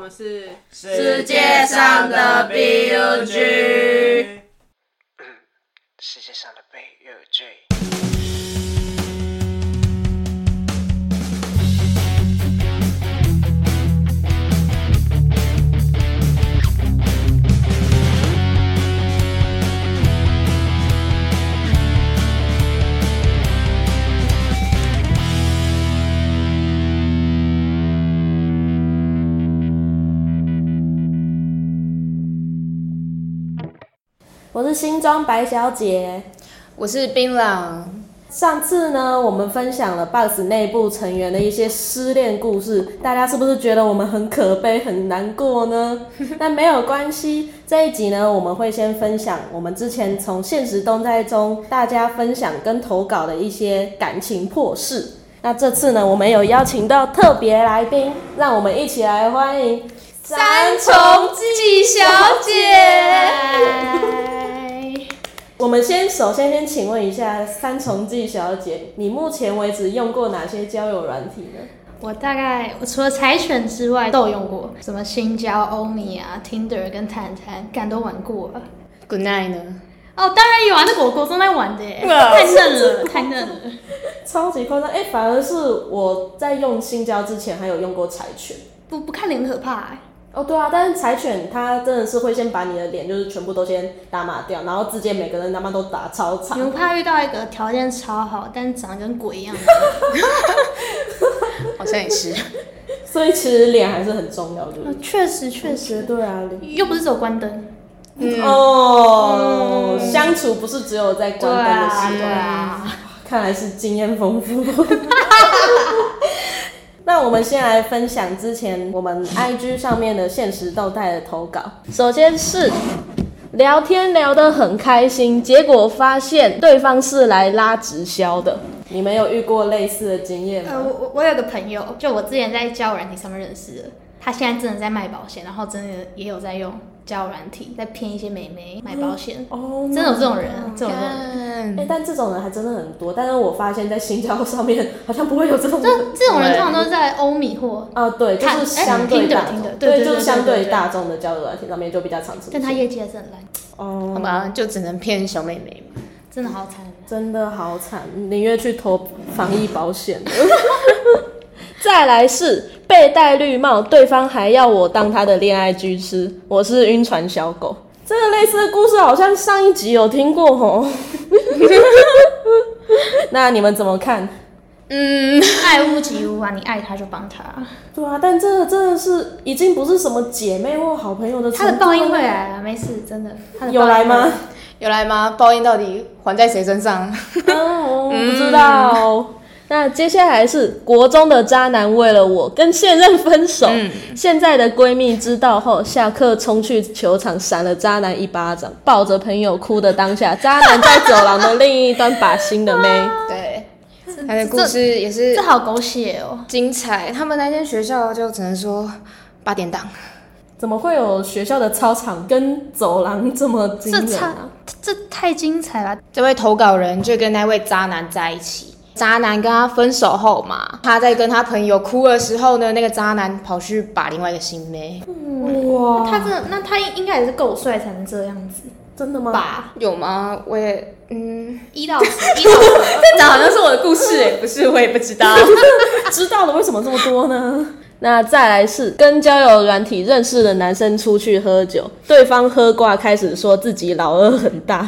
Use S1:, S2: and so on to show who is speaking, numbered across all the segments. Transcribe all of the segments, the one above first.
S1: 们是
S2: 世界上的 BUG
S3: 世界上的 BUG。
S4: 我是新装白小姐。
S2: 我是槟榔，
S4: 上次呢，我们分享了 Bugs 内部成员的一些失恋故事，大家是不是觉得我们很可悲、很难过呢？但没有关系，这一集呢，我们会先分享我们之前从现实动态中大家分享跟投稿的一些感情破事。那这次呢，我们有邀请到特别来宾，让我们一起来欢迎
S2: 三重纪小姐。
S4: 我们先首先先请问一下三重纪小姐，你目前为止用过哪些交友软体呢？
S5: 我大概我除了柴犬之外都有用过，什么新交、欧米啊、Tinder 跟探探，感都玩过啊。
S2: Good night 呢？
S5: 哦，当然有啊，那个我国中在 玩的耶，太嫩了，太嫩了。
S4: 超级夸张，哎、反而是我在用性交之前还有用过柴犬。
S5: 不不看脸很可怕耶，
S4: 哦，对啊，但是柴犬它真的是会先把你的脸就是全部都先打码掉，然后直接每个人他妈都打超
S5: 你
S4: 长
S5: 不。怕遇到一个条件超好，但长得跟鬼一样的？
S2: 好像也是。
S4: 所以其实脸还是很重要，对不
S5: 呃
S4: 对？
S5: 确实确实，
S4: 对啊，脸
S5: 又不是只有关灯。
S4: 哦，相处不是只有在关灯的时候，
S5: 嗯对啊，
S4: 看来是经验丰富。 那我们先来分享之前我们 IG 上面的现实动态的投稿。首先是聊天聊得很开心，结果发现对方是来拉直销的。你们有遇过类似的经验
S5: 呃，
S4: 吗？
S5: 我我我有个朋友，就我之前在交友软体上面认识的，他现在真的在卖保险，然后真的也有在用交友软体，在骗一些美眉买保险。
S4: 哦
S5: 真的有这种人，这种人，
S2: 嗯
S4: 哎、但这种人还真的很多。但是我发现，在新交上面好像不会有这种人。
S5: 这种人通常都是在欧米或，
S4: 啊，对，就
S5: 看
S4: 是
S5: 哎
S4: 相对
S5: Tinder，
S4: 大众
S5: Tinder，，对对
S4: 对，
S5: 对
S4: 就是相
S5: 对
S4: 对
S5: 对
S4: 大众的交友软件上面就比较常出现。
S5: 但他业绩还是很烂，
S4: 哦，
S2: 好吧，就只能骗小妹妹嘛。
S5: 真的好惨。
S4: 真的好惨，宁愿去投防疫保险。 再来是被戴绿帽，对方还要我当他的恋爱军师，我是晕船小狗。这个类似的故事好像上一集有听过吼。 那你们怎么看？
S2: 嗯，
S5: 爱屋及乌啊，你爱他就帮他，
S4: 对啊，但这个真的是已经不是什么姐妹或好朋友的程
S5: 他
S4: 度了，
S5: 的报应会来啊，没事，真的。他的报应
S4: 有来吗？
S2: 有来吗？报应到底还在谁身上？
S4: 哦，不知道。那接下来是国中的渣男为了我跟现任分手，现在的闺蜜知道后，下课冲去球场扇了渣男一巴掌，抱着朋友哭的当下，渣男在走廊的另一端把心的妹。
S2: 对， 他的故事也是
S5: 这好狗血哦！
S2: 精彩。他们那间学校就只能说八点档。
S4: 怎么会有学校的操场跟走廊这么惊
S5: 这
S4: 人
S5: 差
S4: 啊？
S5: 这太精彩了，
S2: 这位投稿人就跟那位渣男在一起。渣男跟他分手后嘛，他在跟他朋友哭的时候呢，那个渣男跑去把另外一个新妹，
S4: 哇，
S5: 他真的，那他应应该也是够帅才能这样子
S4: 真的吗？
S5: 吧？
S2: 有吗？我也嗯，
S5: 一到十， 一到十，
S2: 这好像是我的故事 哎、不是，我也不知道。
S4: 知道的为什么这么多呢？那再来是跟交友软体认识的男生出去喝酒，对方喝挂开始说自己老二很 大，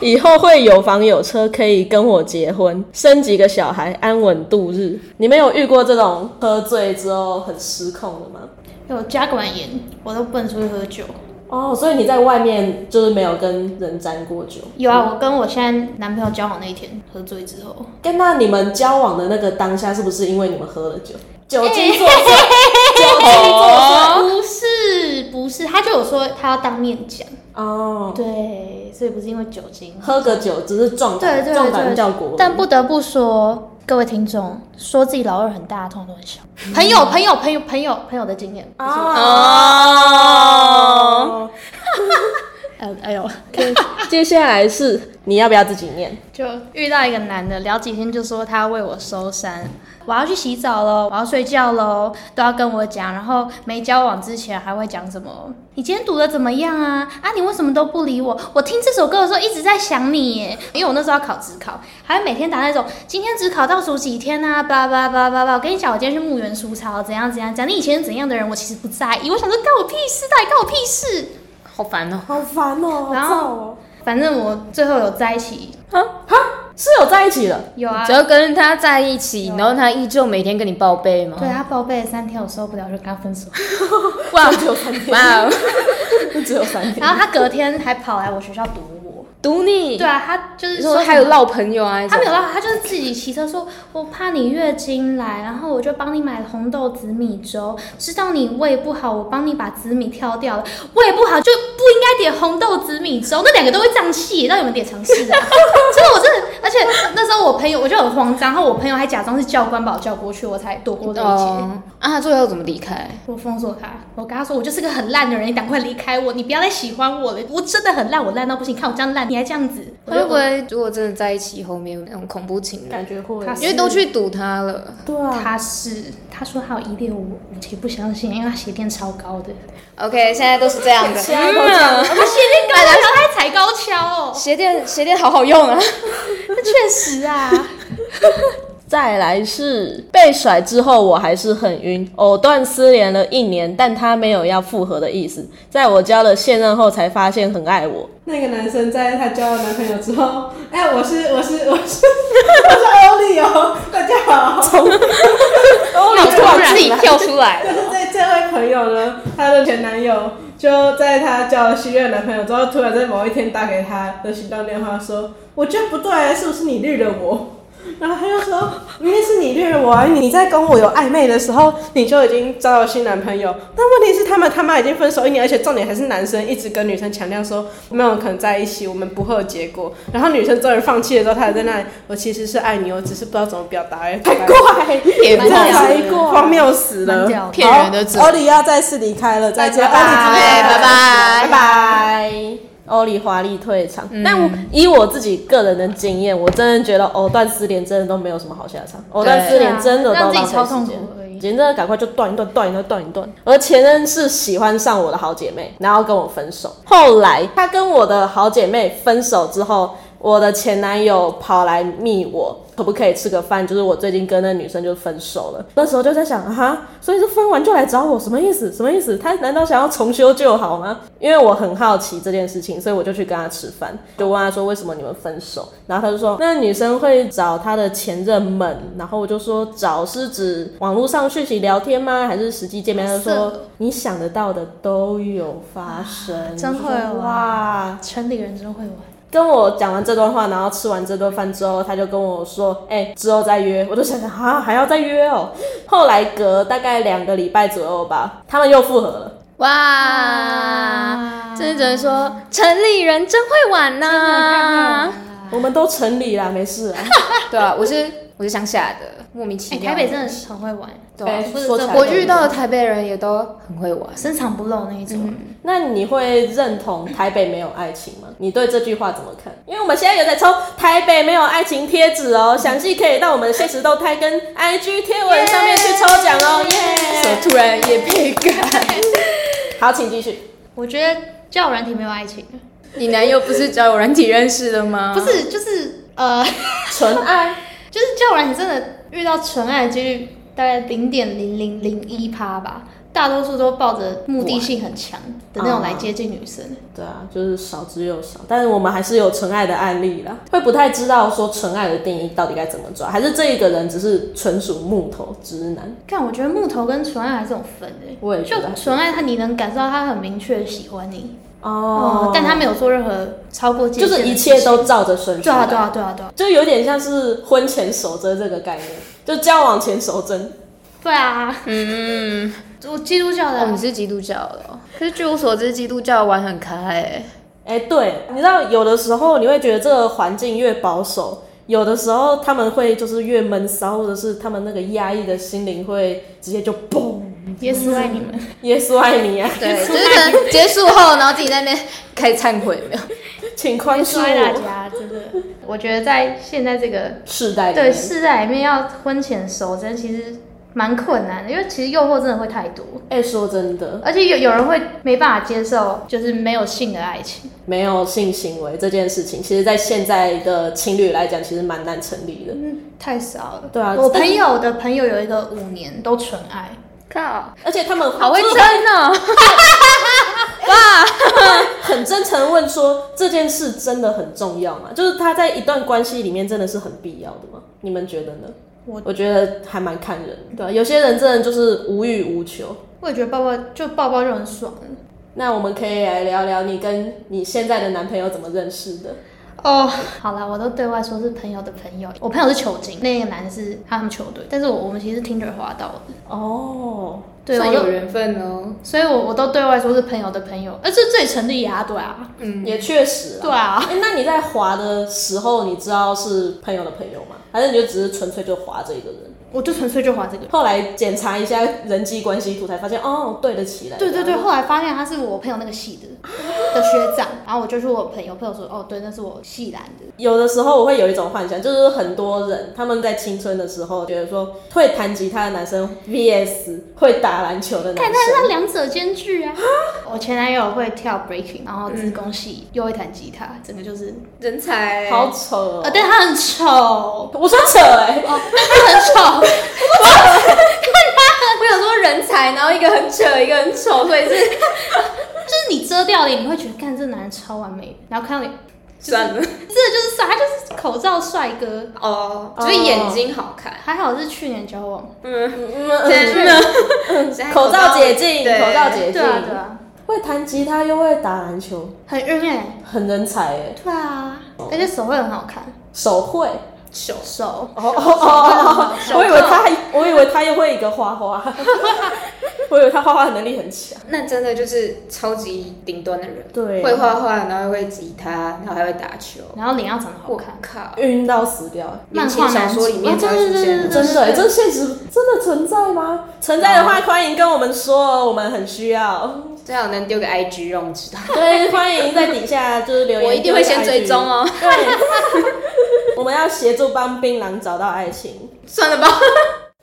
S4: 以后会有房有车，可以跟我结婚，生几个小孩，安稳度日。你们有遇过这种喝醉之后很失控的吗？
S5: 有家管严，我都不能出去喝酒。
S4: 哦，所以你在外面就是没有跟人沾过酒。
S5: 有啊，我跟我现在男朋友交往那一天喝醉之后，
S4: 跟那你们交往的那个当下，是不是因为你们喝了酒，酒精作 祟？酒精作祟。
S5: 不是不是，他就有说他要当面讲，
S4: 哦，
S5: 对，所以不是因为酒精。
S4: 喝个酒只是壮
S5: 对
S4: 胆，
S5: 对
S4: 壮胆
S5: 对
S4: 叫国。
S5: 但不得不说，各位听众，说自己老二很大，通常都很 小。朋友朋友朋友朋友朋友的经验，
S4: 哦，
S5: 哎哎呦，
S4: 接下来是你要不要自己念？
S5: 就遇到一个男的，聊几天就说他要为我收山，我要去洗澡喽，我要睡觉喽，都要跟我讲。然后没交往之前还会讲什么？你今天读的怎么样啊？啊，你为什么都不理我？我听这首歌的时候一直在想你耶，因为我那时候要考职考，还会每天打那种今天只考倒数几天啊，叭叭叭叭叭。我跟你讲，我今天去墓园书抄，怎样怎样讲。你以前是怎样的人，我其实不在意。我想说，干我屁事，到底干我屁事？
S2: 好烦哦、
S4: 好烦哦、好
S5: 然
S4: 燥
S5: 后
S4: 哦、
S5: 反正我最后有在一起，
S4: 是有在一起了，
S5: 有啊
S2: 只，要跟他在一起，然后他依旧每天跟你报备吗？
S5: 对他啊报备了三天，我受不了，就跟他分手。
S2: 哇
S4: 只有三天，
S2: 哇哦，
S4: 只有三天。
S5: 然后他隔天还跑来我学校堵我。
S2: 读你
S5: 对，啊，他就是
S2: 你
S5: 说
S2: 说还有闹朋友啊？
S5: 他没有
S2: 闹，
S5: 办法，他就是自己骑车说，我怕你月经来，然后我就帮你买了红豆紫米粥，知道你胃不好，我帮你把紫米挑掉了，胃不好就不应该点红豆紫米粥，那两个都会胀气，那有没有点尝试啊？ 真的，我真的，而且那时候我朋友我就很慌张，然后我朋友还假装是教官把我叫过去，我才躲过这一劫。
S2: 哦，啊，他最后怎么离开？
S5: 我封锁他，我跟他说我就是个很烂的人，你赶快离开我，你不要再喜欢我了，我真的很烂，我烂到不行，看我这样烂，你还这样子，我
S2: 会
S5: 就
S2: 不会如果真的在一起，后面有那种恐怖情人？
S4: 感觉会，
S5: 他
S2: 因为都去堵他了，
S4: 对啊，
S5: 他是他说他有依恋我，我其实不相信，因为他鞋垫超高的，
S2: OK，现在都是这样的。
S4: 现在都这样
S5: 他鞋垫高，然后他还踩高跷哦，
S2: 鞋垫鞋垫好好用啊！
S5: 那确实 啊，
S4: 再来是被甩之后，我还是很晕，藕断丝连了一年，但他没有要复合的意思。在我交了现任后，才发现很爱我。
S1: 那个男生在她交了男朋友之后， 哎、我是我是我是 我是欧丽哦，大家好。
S2: 哦，你突
S5: 然
S2: 自己跳出来
S1: 就
S2: 了，
S1: 是这这位朋友呢，她的前男友就在她交了新任男朋友之后，突然在某一天打给她的行动电话说：“我觉得不对，是不是你绿了我？”然后她就说：“明明是你绿了我啊！你在跟我有暧昧的时候，你就已经交了新男朋友。但问题是，他们他妈已经分手一年，而且重点还是男生一直跟女生强调说没有可能在一起，我们不会有结果。然后女生终于放弃的时候，她还在那里，我其实是爱你，我只是不知道怎么表达哎而已。才怪，
S2: 也
S5: 蛮
S1: 这
S5: 屌的
S1: 才荒谬死
S5: 蛮
S1: 了。”
S5: 屌的。
S2: 骗人的嘴
S1: 好欧里要再次离开了，再见，
S4: 拜拜
S1: 欧里今天
S2: 拜拜
S1: 拜拜。
S4: 拜。欧里华丽退场，但
S5: 嗯
S4: 我以我自己个人的经验，我真的觉得藕断丝连真的都没有什么好下场，藕断丝连真的都
S5: 啊让
S4: 浪
S5: 自
S4: 费
S5: 己
S4: 时
S5: 超痛苦
S4: 间。
S5: 而已。
S4: 真的赶快就断一断，断一断，断一断。而前任是喜欢上我的好姐妹，然后跟我分手。后来她跟我的好姐妹分手之后，我的前男友跑来密我，可不可以吃个饭？就是我最近跟那女生就分手了。那时候就在想，啊哈，所以是分完就来找我，什么意思？什么意思？他难道想要重修旧好吗？因为我很好奇这件事情，所以我就去跟他吃饭，就问他说为什么你们分手，然后他就说那女生会找她的前任们，然后我就说找是指网络上讯息聊天吗？还是实际见面？他就说
S5: 色哦
S4: 你想得到的都有发生，
S5: 啊真会
S4: 我就说哇。
S5: 城里人真会玩，
S4: 跟我讲完这段话，然后吃完这顿饭之后，他就跟我说：“哎、之后再约。”我就想想啊，还要再约哦。后来隔大概两个礼拜左右吧，他们又复合了。
S2: 哇！真的只能说城里人真会玩
S5: 啊
S2: 呐、
S4: 我们都成理啦，没事啊。
S2: 对啊，我是我是乡下的，莫名其
S5: 哎，
S2: 妙。
S5: 台北真的很会玩，
S2: 对啊、
S4: 哎
S5: 不是
S4: 说起来
S5: 这
S2: 我遇到的台北人也都很会玩。
S5: 深藏不露那一种。
S4: 那你会认同台北没有爱情吗？你对这句话怎么看？因为我们现在有在抽台北没有爱情贴纸哦，详细可以到我们的现实动态跟 IG 贴文上面去抽奖哦，耶！
S2: 突然也配感？
S4: 好，请继续。
S5: 我觉得交友软体没有爱情，
S2: 你男友不是交友软体认识的吗？
S5: 不，是就是呃。
S4: 纯爱，
S5: 就是交友软体真的遇到纯爱的几率大概零点零零零一趴吧，大多数都抱着目的性很强的那种来接近女生。
S4: 对啊，就是少之又少，但是我们还是有纯爱的案例啦，会不太知道说纯爱的定义到底该怎么抓，还是这一个人只是纯属木头直男？
S5: 看，我觉得木头跟纯爱还是有分的、
S4: 我也觉
S5: 就
S4: 得
S5: 纯爱，他你能感受到他很明确的喜欢你，
S4: 哦，
S5: 但他没有做任何超过界
S4: 就
S5: 限的
S4: 是
S5: 事情
S4: 一切都照着顺序，
S5: 对啊对，啊对啊对啊
S4: 就有点像是婚前守贞这个概念，就交往前守贞，
S5: 对啊，
S2: 嗯，
S5: 我基督教的
S2: 哦，
S5: 啊、
S2: 你是基督教的哦、可是据我所知，基督教玩很开、欸。
S4: 哎、对，你知道有的时候你会觉得这个环境越保守，有的时候他们会就是越闷骚，或者是他们那个压抑的心灵会直接就嘣，
S5: 耶稣爱你
S4: 嗯
S5: 们，
S4: 耶稣爱你啊！
S2: 对，就是可能结束后，然后自己在那边开始忏悔，有没有？
S4: 请宽恕
S5: 摔大
S4: 我。
S5: 家，真的。我觉得在现在这个
S4: 世代里
S5: 对
S4: 面
S5: 世代里面要婚前熟真其实蛮困难的，因为其实诱惑真的会太多，
S4: 哎、说真的，
S5: 而且有有人会没办法接受，就是没有性的爱情。
S4: 没有性行为这件事情，其实在现在的情侣来讲，其实蛮难成立的。
S5: 嗯，太少了。
S4: 对啊
S5: 我朋友的朋友有一个五年都纯爱，
S2: 靠，
S4: 而且他们
S2: 好会
S4: 真的
S2: 争哦！
S4: 很真诚地问说，这件事真的很重要吗？就是他在一段关系里面真的是很必要的吗？你们觉得呢？
S5: 我
S4: 我觉得还蛮看人，对啊、有些人真的就是无欲无求。
S5: 我也觉得抱抱就抱抱就很爽了。
S4: 那我们可以来聊聊你跟你现在的男朋友怎么认识的？
S5: 哦，好啦，我都对外说是朋友的朋友。我朋友是球精，那个男是他们球队，但是我我们其实是听着滑到的。
S4: 哦，
S5: 对，
S2: 算
S5: 我
S2: 有
S5: 都，
S2: 缘分哦。
S5: 所以我我都对外说是朋友的朋友，而这这也成立啊，对啊，
S4: 也确实
S5: 对
S4: 啊。
S5: 啊。
S4: 哎、那你在滑的时候，你知道是朋友的朋友吗？还是你就只是纯粹就滑这一个人？
S5: 我就纯粹就划这个。
S4: 后来检查一下人际关系图，才发现哦，对得起来。
S5: 对对对，后来发现他是我朋友那个系的 的学长，然后我就去我朋友，朋友说哦对，那是我系篮的。
S4: 有的时候我会有一种幻想，就是很多人他们在青春的时候觉得说，会弹吉他的男生 VS 会打篮球的男
S5: 看，但是
S4: 生
S5: 他两者兼具 啊。我前男友会跳 breaking，然后自工系、又会弹吉他，整个就是
S2: 人才
S4: 好丑哦、
S5: 呃，但他很 丑，
S4: 我说扯哎、
S5: 哦，他很丑，
S2: 我想说人才，然后一个很扯，一个很丑， 所以是
S5: 就是你遮掉脸，你会觉得干这男人超完美，然后看到你，
S2: 算了
S5: 这就是帅，他就是口罩帅哥。
S2: 哦，所以眼睛好看，
S5: 还好是去年交往，
S2: 真的。 现在
S4: 口罩解禁，
S2: 对
S4: 口罩解
S5: 哎对
S4: 禁，
S5: 啊对啊，
S4: 会弹吉他又会打篮球，
S5: 很晕哎、
S4: 很人才哎、
S5: 对啊，而且手会很好看，
S4: 手绘。
S2: 手
S5: 手
S4: 哦哦哦哦！
S5: 手
S4: 我以为他还，我以为他又会一个画画，我以为他画画的能力很强。
S2: 那真的就是超级顶端的人，
S4: 对
S2: 会画画，然后会吉他，然后还会打球。
S5: 然后脸要长得好
S2: 我
S5: 看。
S2: 靠，
S4: 晕到死掉，
S5: 漫
S2: 言
S5: 画
S2: 情
S5: 男
S2: 小
S5: 主
S2: 说里面
S5: 啊对
S2: 才会
S5: 对
S2: 出
S5: 对
S2: 现
S5: 对
S2: 的。
S5: 对
S4: 真的欸，
S5: 对
S4: 这现实真的存在吗？存在的话，欢迎跟我们说哦，我们很需要。
S2: 最好能丢个 IG 让我们知道，
S4: 对，欢迎在底下就是留言，
S2: 我一定会先追踪。哦。
S4: 我们要协助帮槟榔找到爱情。
S2: 算了吧，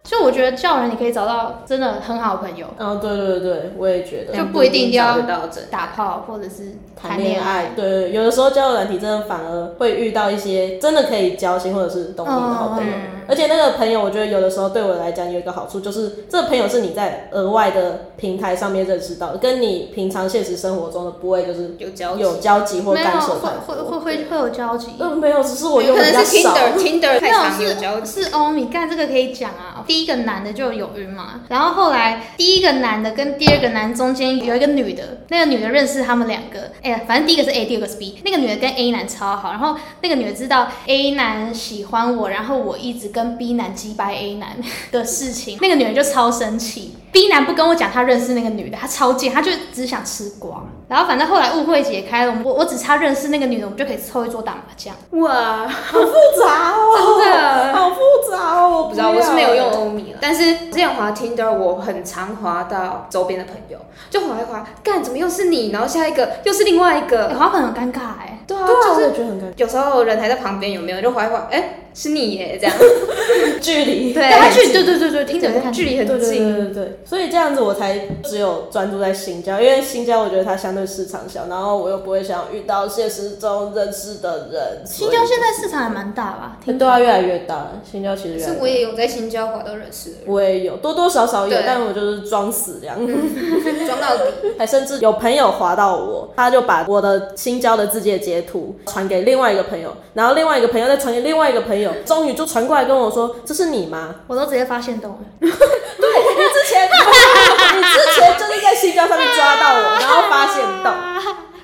S5: 所以我觉得叫人你可以找到真的很好的朋友，
S4: 嗯，对对对，我也觉得
S5: 就不一定一定要
S2: 找得到真的
S5: 打炮或者是
S4: 谈
S5: 恋
S4: 恋爱，对，有的时候交友软体真的反而会遇到一些真的可以交心或者是懂你的好朋友。
S5: 嗯
S4: 而且那个朋友，我觉得有的时候对我来讲有一个好处，就是这个朋友是你在额外的平台上面认识到的，跟你平常现实生活中的不会就是
S2: 有交集
S4: 有交集或
S5: 没有
S4: 干涉
S5: 会
S4: 太
S5: 会
S4: 多
S5: 会会会有交集。
S4: 嗯，没有，只是我用
S2: 可
S4: 的比较
S2: 能是
S4: 少。
S2: Tinder Tinder
S5: 没
S2: 太
S5: 有
S2: 常有交
S5: 是
S2: 集，
S5: 是欧米干这个可以讲啊，第一个男的就有晕嘛，然后后来第一个男的跟第二个男中间有一个女的，那个女的认识他们两个，哎、呀，反正第一个是 A，第二个是 B，那个女的跟 A 男超好，然后那个女的知道 A 男喜欢我，然后我一直跟 B 男击败 A 男的事情，那个女的就超生气，B 男不跟我讲他认识那个女的，他超贱，他就只想吃瓜，然后反正后来误会解开了，我们我我只差认识那个女的，我们就可以凑一桌打麻将。
S2: 哇，
S4: 复杂哦，
S2: 真的
S4: 好复杂哦，我
S2: 我不知道，我是没
S4: 要
S2: 有用。欧米了，但是之前滑 Tinder 我很常滑到周边的朋友，就滑一滑，干怎么又是你，然后下一个又是另外一
S5: 哎、
S2: 个，
S5: 滑板很尴尬哎、
S2: 对啊，
S4: 对啊，
S2: 就
S4: 我
S2: 是
S4: 也觉得很尴
S2: 有时候人还在旁边，有没有就滑一滑，哎，是你耶，这样，
S4: 尬，距离。
S2: 对，
S5: 对，他距对对对对，听着
S2: 对，距离很
S4: 对对
S2: 近，
S4: 对对对，所以这样子我才只有专注在新交，因为新交我觉得它相对市场小，然后我又不会想遇到现实中认识的人。
S5: 新疆现在市场还蛮大吧？
S4: 在
S5: 听
S4: 对啊越来越大，新交其实越
S2: 是
S4: 来
S2: 我
S4: 越大
S2: 也有在新交滑到认识的
S4: 我也有多多少少有
S2: 对，嗯
S4: 但我就是装死这样，
S2: 人， 装到底。
S4: 还甚至有朋友划到我，他就把我的新交的字界截图传给另外一个朋友，然后另外一个朋友再传给另外一个朋友，终于就传过来跟我说：“这是你吗？”
S5: 我都直接发现洞了，
S4: 对你之前，你之前就是在新疆上面抓到我，然后发现洞，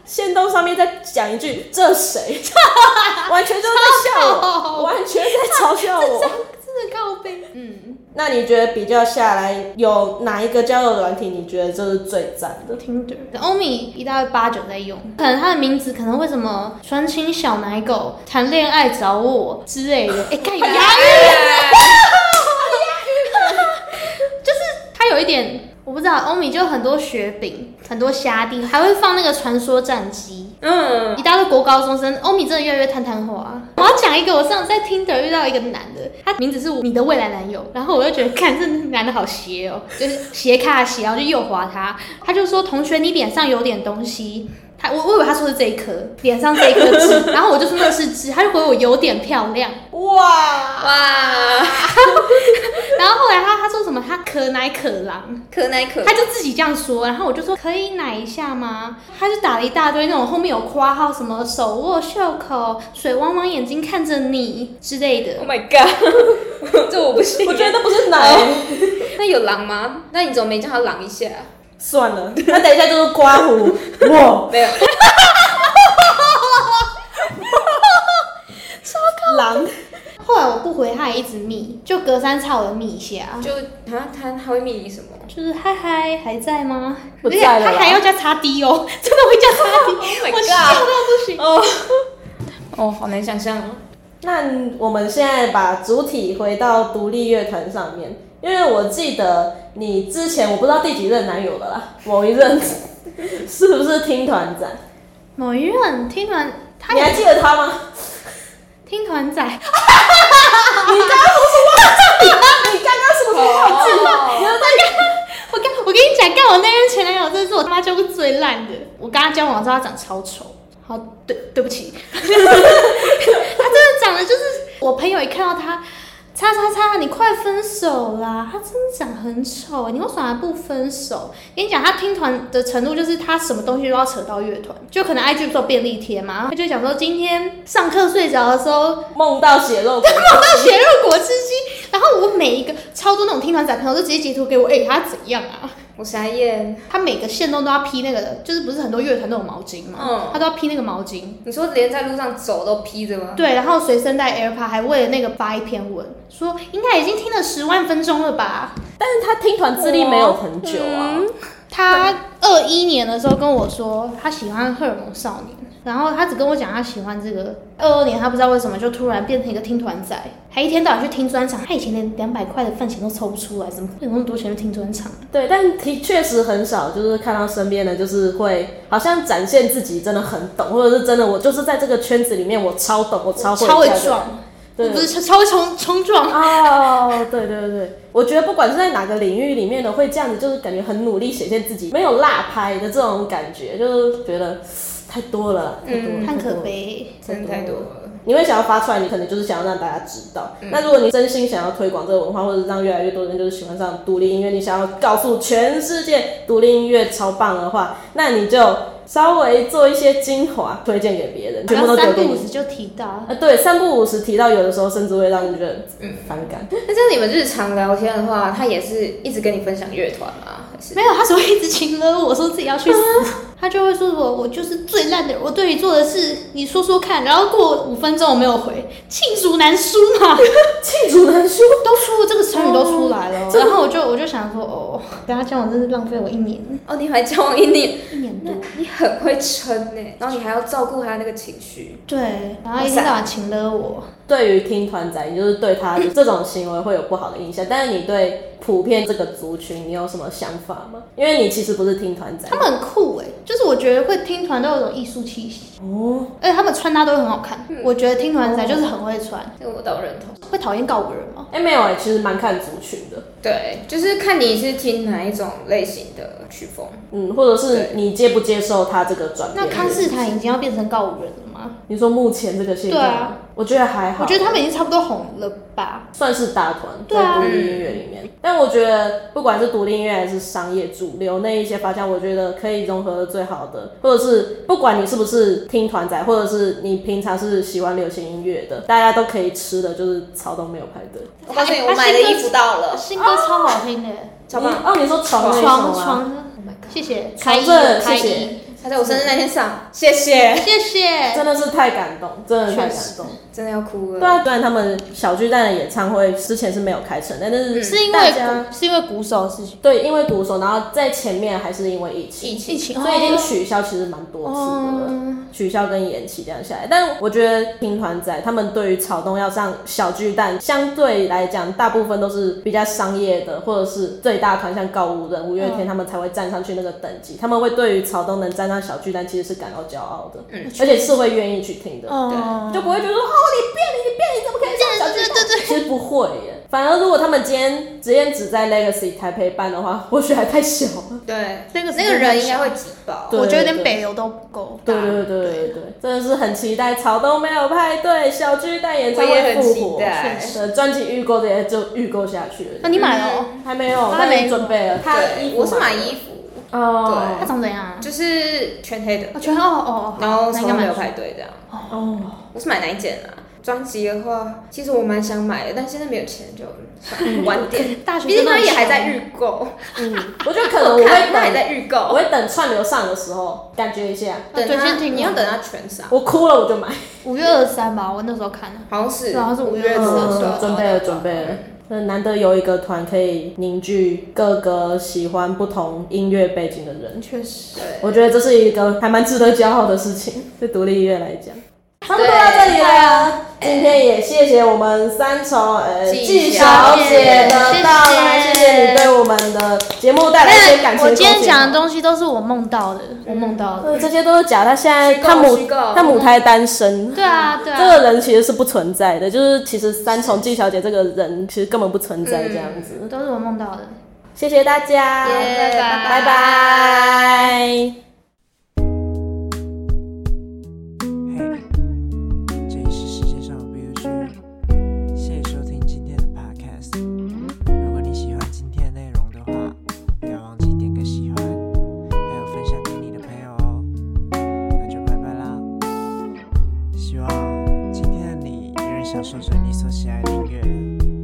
S4: 线洞上面再讲一句这谁，完全就是在笑我，完全在嘲笑我。
S5: 真的靠背。嗯，
S4: 那你觉得比较下来，有哪一个交友软体你觉得这是最赞的？
S5: 听着，欧米一大概八九在用，可能他的名字可能会什么纯情小奶狗谈恋爱找我之类的，哎、干 牙，就是他有一点。我不知道，欧米就很多雪饼，很多虾丁，还会放那个传说战机，
S6: 嗯，
S5: 一大堆国高中生。欧米真的越来越探探话。我要讲一个，我上次在 Tinder 遇到一个男的，他名字是你的未来男友，然后我就觉得，看这男的好邪哦、就是斜卡斜，然后就右滑他，他就说同学你脸上有点东西。他我我以为他说的这一颗脸上这一颗痣， 然后我就说那是痣，他就回我有点漂亮，
S4: 哇，
S6: 哇，
S5: 然后后来他他说什么他可奶可狼，
S6: 可奶可
S5: 他就自己这样说，然后我就说可以奶一下吗？他就打了一大堆那种后面有括号什么手握袖口、水汪汪眼睛看着你之类的
S6: ，Oh，my god，这 我不信。
S4: 我觉得那不是奶、
S6: 那有狼吗？那你怎么没叫他狼一下？
S4: 算了，那等一下就是刮胡，哇，
S6: 没有，
S4: 狼，
S5: 后来我不回他，也一直密，就隔三差五的密一下，
S6: 就啊，他他会命你什么？
S5: 就是嗨嗨还在吗？
S4: 不在了啦
S5: 而且他还要加叉 D 哦， 真的会加 叉 D，
S6: Oh my
S5: 我笑到不行。
S6: 哦，哦，好难想象哦。
S4: 那我们现在把主体回到独立乐团上面，因为我记得你之前我不知道第几任男友了啦，某一任是不是听团仔？
S5: 某一任听团，他
S4: 你还
S5: 也
S4: 记得他吗？
S5: 听团
S4: 你
S5: 仔，
S4: 刚刚是不是忘记了？你又在
S5: 我跟我跟你讲，干我那任前男友，真的是我他妈交过最烂的。我跟他交往之后，他长超丑，好对对不起， 他真的长得就是我朋友一看到他，叉叉叉，你快分手啦！他真的长很丑，啊你为什么还不分手？跟你讲，他听团的程度就是他什么东西都要扯到乐团，就可能 IG 不是有便利贴嘛，他就讲说今天上课睡着的时候
S4: 梦到血肉鬼，
S5: 我到血肉果汁机，然后我每一个超多那种听团仔朋友都直接截图给我，哎、他怎样啊？
S6: 我傻眼，
S5: 他每个线动都要披那个，就是不是很多乐团都有毛巾嘛，
S6: 嗯
S5: 他都要披那个毛巾。
S6: 你说连在路上走都披着吗？
S5: 对，然后随身带 AirPod，还为了那个发一篇文，说应该已经听了十万分钟了吧？
S4: 但是他听团资历没有很久啊。
S5: 他二一年的时候跟我说他喜欢荷尔蒙少年，然后他只跟我讲他喜欢这个。二二年他不知道为什么就突然变成一个听团仔，还一天到晚去听专场。他以前连两百块的饭钱都抽不出来，怎么会有那么多钱去听专场？
S4: 对，但的确实很少，就是看到身边的，就是会好像展现自己真的很懂，或者是真的我就是在这个圈子里面我超懂，我超会，
S5: 超会。撞，
S4: 对
S5: 不是超超会冲冲撞。
S4: 哦，对对对，我觉得不管是在哪个领域里面的，会这样子，就是感觉很努力显现自己，没有落拍的这种感觉，就是觉得太多了啦，太多了，
S5: 很
S4: 太多
S5: 嗯可
S4: 了。
S5: 悲。
S6: 真的太多了。
S4: 你会想要发出来，你可能就是想要让大家知道。
S5: 嗯
S4: 那如果你真心想要推广这个文化，或者让越来越多人就是喜欢上独立音乐，你想要告诉全世界独立音乐超棒的话，那你就稍微做一些精华推荐给别人，嗯全
S5: 然
S4: 部
S5: 后
S4: 都
S5: 三
S4: 丢
S5: 不
S4: 给
S5: 五
S4: 你
S5: 时。就提到，
S4: 啊，对，三不五时提到，有的时候甚至会让人
S5: 嗯
S4: 反感。
S6: 那像你们日常聊天的话，他也是一直跟你分享乐团吗？还是
S5: 没有，他只会一直请了我说自己要去死，他就会说我我就是最烂的人，我对你做的事你说说看，然后过五分钟我没有回，罄竹难书嘛，
S4: 罄竹难书，
S5: 都出了这个成语都出来了，然后我就我就想说哦，跟他交往真是浪费我一年
S6: 哦，你还交往一 年，
S5: 一年多，
S6: 你很会撑呢，然后你还要照顾他那个情绪，
S5: 对，然后一天到晚请了我，
S4: 对于听团仔，你就是对他的这种行为会有不好的印象。但是你对普遍这个族群，你有什么想法吗？因为你其实不是听团仔
S5: 他们很酷哎、就是我觉得会听团都有一种艺术气息，
S4: 哦，
S5: 而且他们穿搭都很好看，我觉得听团仔就是很会穿，
S6: 这个我倒认同。
S5: 会讨厌告五人吗？
S4: 哎、没有哎、其实蛮看族群的。
S6: 对，就是看你是听哪一种类型的曲风。
S4: 嗯，或者是你接不接受他这个转变？
S5: 那康斯坦已经要变成告五人了吗？
S4: 你说目前这个现
S5: 对
S4: 状，
S5: 啊
S4: 我觉得还好，
S5: 我觉得他们已经差不多红了吧？
S4: 算是大团
S5: 对啊
S4: 在独立音乐里面。但我觉得不管是独立音乐还是商业主流那一些方向，我觉得可以融合的最好的，或者是不管你是不是听团仔，或者是你平常是喜欢流行音乐的，大家都可以吃的就是草东没有排队。
S6: 我告诉你，
S5: 他
S6: 我买的
S5: 他新
S6: 衣
S5: 歌
S6: 服到
S2: 呃
S6: 了，
S5: 新歌超好听的，
S6: 超棒
S4: 你哦，你说床那一首
S5: 啊床
S6: Oh
S4: 吗？
S5: 床，谢谢
S4: 床
S5: 开一
S4: 这谢
S5: 开
S4: 谢
S5: 一，
S6: 他在我生日那天上，谢谢，
S5: 谢谢。
S4: 哎真的是太感动，真的太
S6: 确
S4: 感
S6: 实
S4: 动。
S6: 真的要哭
S4: 对
S6: 了。
S4: 啊，虽然他们小巨蛋的演唱会之前是没有开成，但是
S5: 是因
S4: 大
S5: 为
S4: 家
S5: 鼓是因为鼓手的事情，
S4: 对，因为鼓手，然后在前面还是因为疫情，
S6: 疫情
S5: 疫情哦
S4: 所以已经取消其实蛮多次的了，
S5: 嗯
S4: 取消跟延期这样下来。但我觉得听团仔他们对于草东要上小巨蛋，相对来讲大部分都是比较商业的，或者是最大团像告五人、五月天他们才会站上去那个等级，他们会对于草东能站上小巨蛋其实是感到骄傲的，而且是会愿意去听的。
S5: 哦，
S4: 就不会觉得说哦，你变你变，你怎么可以上小巨蛋？对对对其实不会耶。反而如果他们今天直接只在 Legacy 台陪伴的话，或许还太小了。
S6: 对，
S5: 那个
S6: 那个人应该会挤爆。
S4: 对
S5: 我觉得
S4: 对
S5: 连
S4: 对
S5: 北流都不够大
S4: 对。对对对对对，真的是很期待草东没有派对，小巨蛋演唱会复活，
S6: 我也很期待
S4: 对专辑预购这些就预购下去
S5: 那
S4: 了，
S5: 你买了哦？
S4: 还没有，
S5: 他没
S4: 但已经准备了。他
S6: 对，
S4: 衣服
S6: 我是买
S4: 了
S6: 衣服，
S4: 哦
S5: 它长怎样啊？
S6: 就是全黑的，
S5: 哦，全哦哦哦，
S6: 然后
S5: 那
S6: 从
S5: 应该
S6: 来没有
S5: 蛮帅
S6: 派对这样。
S4: 哦，
S6: 我是买哪一件啊？专辑的话，其实我蛮想买的，但现在没有钱，就嗯算了晚点。
S5: 大学
S6: 毕竟
S5: 真的
S6: 它
S5: 很
S6: 也还
S5: 穷
S6: 在预购，
S4: 嗯，我觉得可能我
S6: 看
S4: 会
S6: 它还在
S4: 等，
S6: 预
S4: 我
S6: 购。
S4: 会等串流上的时候感觉一下，
S6: 等
S5: 对
S6: 它，
S5: 先停
S6: 你要等它全上，
S4: 我哭了我就买。
S5: 五月二十三吧，我那时候看了。
S6: 好像是，
S4: 啊
S5: 对好像是
S6: 五
S5: 五月
S6: 月
S5: 二
S6: 多
S5: 十
S6: 少
S5: 四
S6: 对啊
S4: 嗯，准备了，准备了。那难得有一个团可以凝聚各个喜欢不同音乐背景的人，
S5: 确实，
S4: 我觉得这是一个还蛮值得骄傲的事情， 对独立音乐来讲。差不多到这里了，今天也谢谢我们三重呃
S6: 季
S4: 季
S6: 小
S4: 小
S6: 姐
S4: 姐的到来，
S5: 谢
S4: 谢
S5: 谢
S4: 谢你对我们的节目带来一些感情
S5: 我
S4: 的贡
S5: 今
S4: 献。
S5: 天讲的东西都是我梦到的，嗯我梦到的。
S4: 呃，这些都是假的。他现在
S6: 虚构
S4: 他母
S6: 虚构
S4: 他母胎单身，
S5: 对啊，对
S4: 这
S5: 啊，
S4: 个人其实是不存在的，就是其实三重季小姐这个人其实根本不存在这样子。
S5: 都是我梦到的。
S4: 谢谢大家，
S6: 耶拜
S4: 拜拜。
S3: 嘿，这里是世界上的 B U G，谢谢收听今天的 Podcast。如果你喜欢今天的内容的话，不要忘记点个喜欢，还有分享给你的朋友哦。那就拜拜啦！希望今天的你依然享受着你所喜爱的音乐。